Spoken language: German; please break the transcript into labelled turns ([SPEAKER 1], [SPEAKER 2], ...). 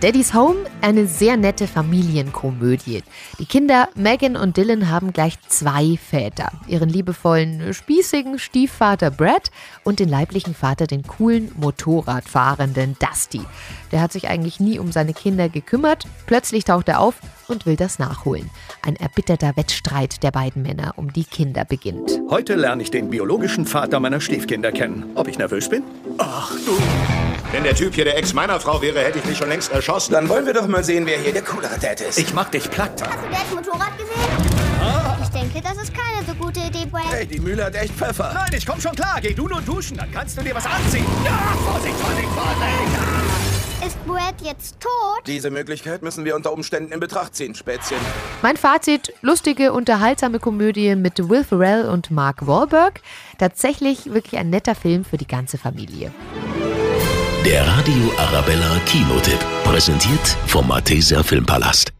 [SPEAKER 1] Daddy's Home, eine sehr nette Familienkomödie. Die Kinder Megan und Dylan haben gleich zwei Väter. Ihren liebevollen, spießigen Stiefvater Brad und den leiblichen Vater, den coolen Motorradfahrenden Dusty. Der hat sich eigentlich nie um seine Kinder gekümmert. Plötzlich taucht er auf und will das nachholen. Ein erbitterter Wettstreit der beiden Männer um die Kinder beginnt.
[SPEAKER 2] Heute lerne ich den biologischen Vater meiner Stiefkinder kennen. Ob ich nervös bin?
[SPEAKER 3] Wenn der Typ hier der Ex meiner Frau wäre, hätte ich mich schon längst erschossen.
[SPEAKER 4] Dann wollen wir doch mal sehen, wer hier der coolere Dad ist.
[SPEAKER 2] Ich mach dich platt.
[SPEAKER 5] Hast du Dads Motorrad gesehen? Ich denke, das ist keine so gute Idee, Brad.
[SPEAKER 4] Hey, die Mühle hat echt Pfeffer.
[SPEAKER 2] Nein, ich komm schon klar. Geh du nur duschen, dann kannst du dir was anziehen. Ja, Vorsicht, Vorsicht, Vorsicht.
[SPEAKER 5] Ist Brad jetzt tot?
[SPEAKER 4] Diese Möglichkeit müssen wir unter Umständen in Betracht ziehen, Spätzchen.
[SPEAKER 1] Mein Fazit, lustige, unterhaltsame Komödie mit Will Ferrell und Mark Wahlberg. Tatsächlich wirklich ein netter Film für die ganze Familie.
[SPEAKER 6] Der Radio Arabella Kinotipp. Präsentiert vom Malteser Filmpalast.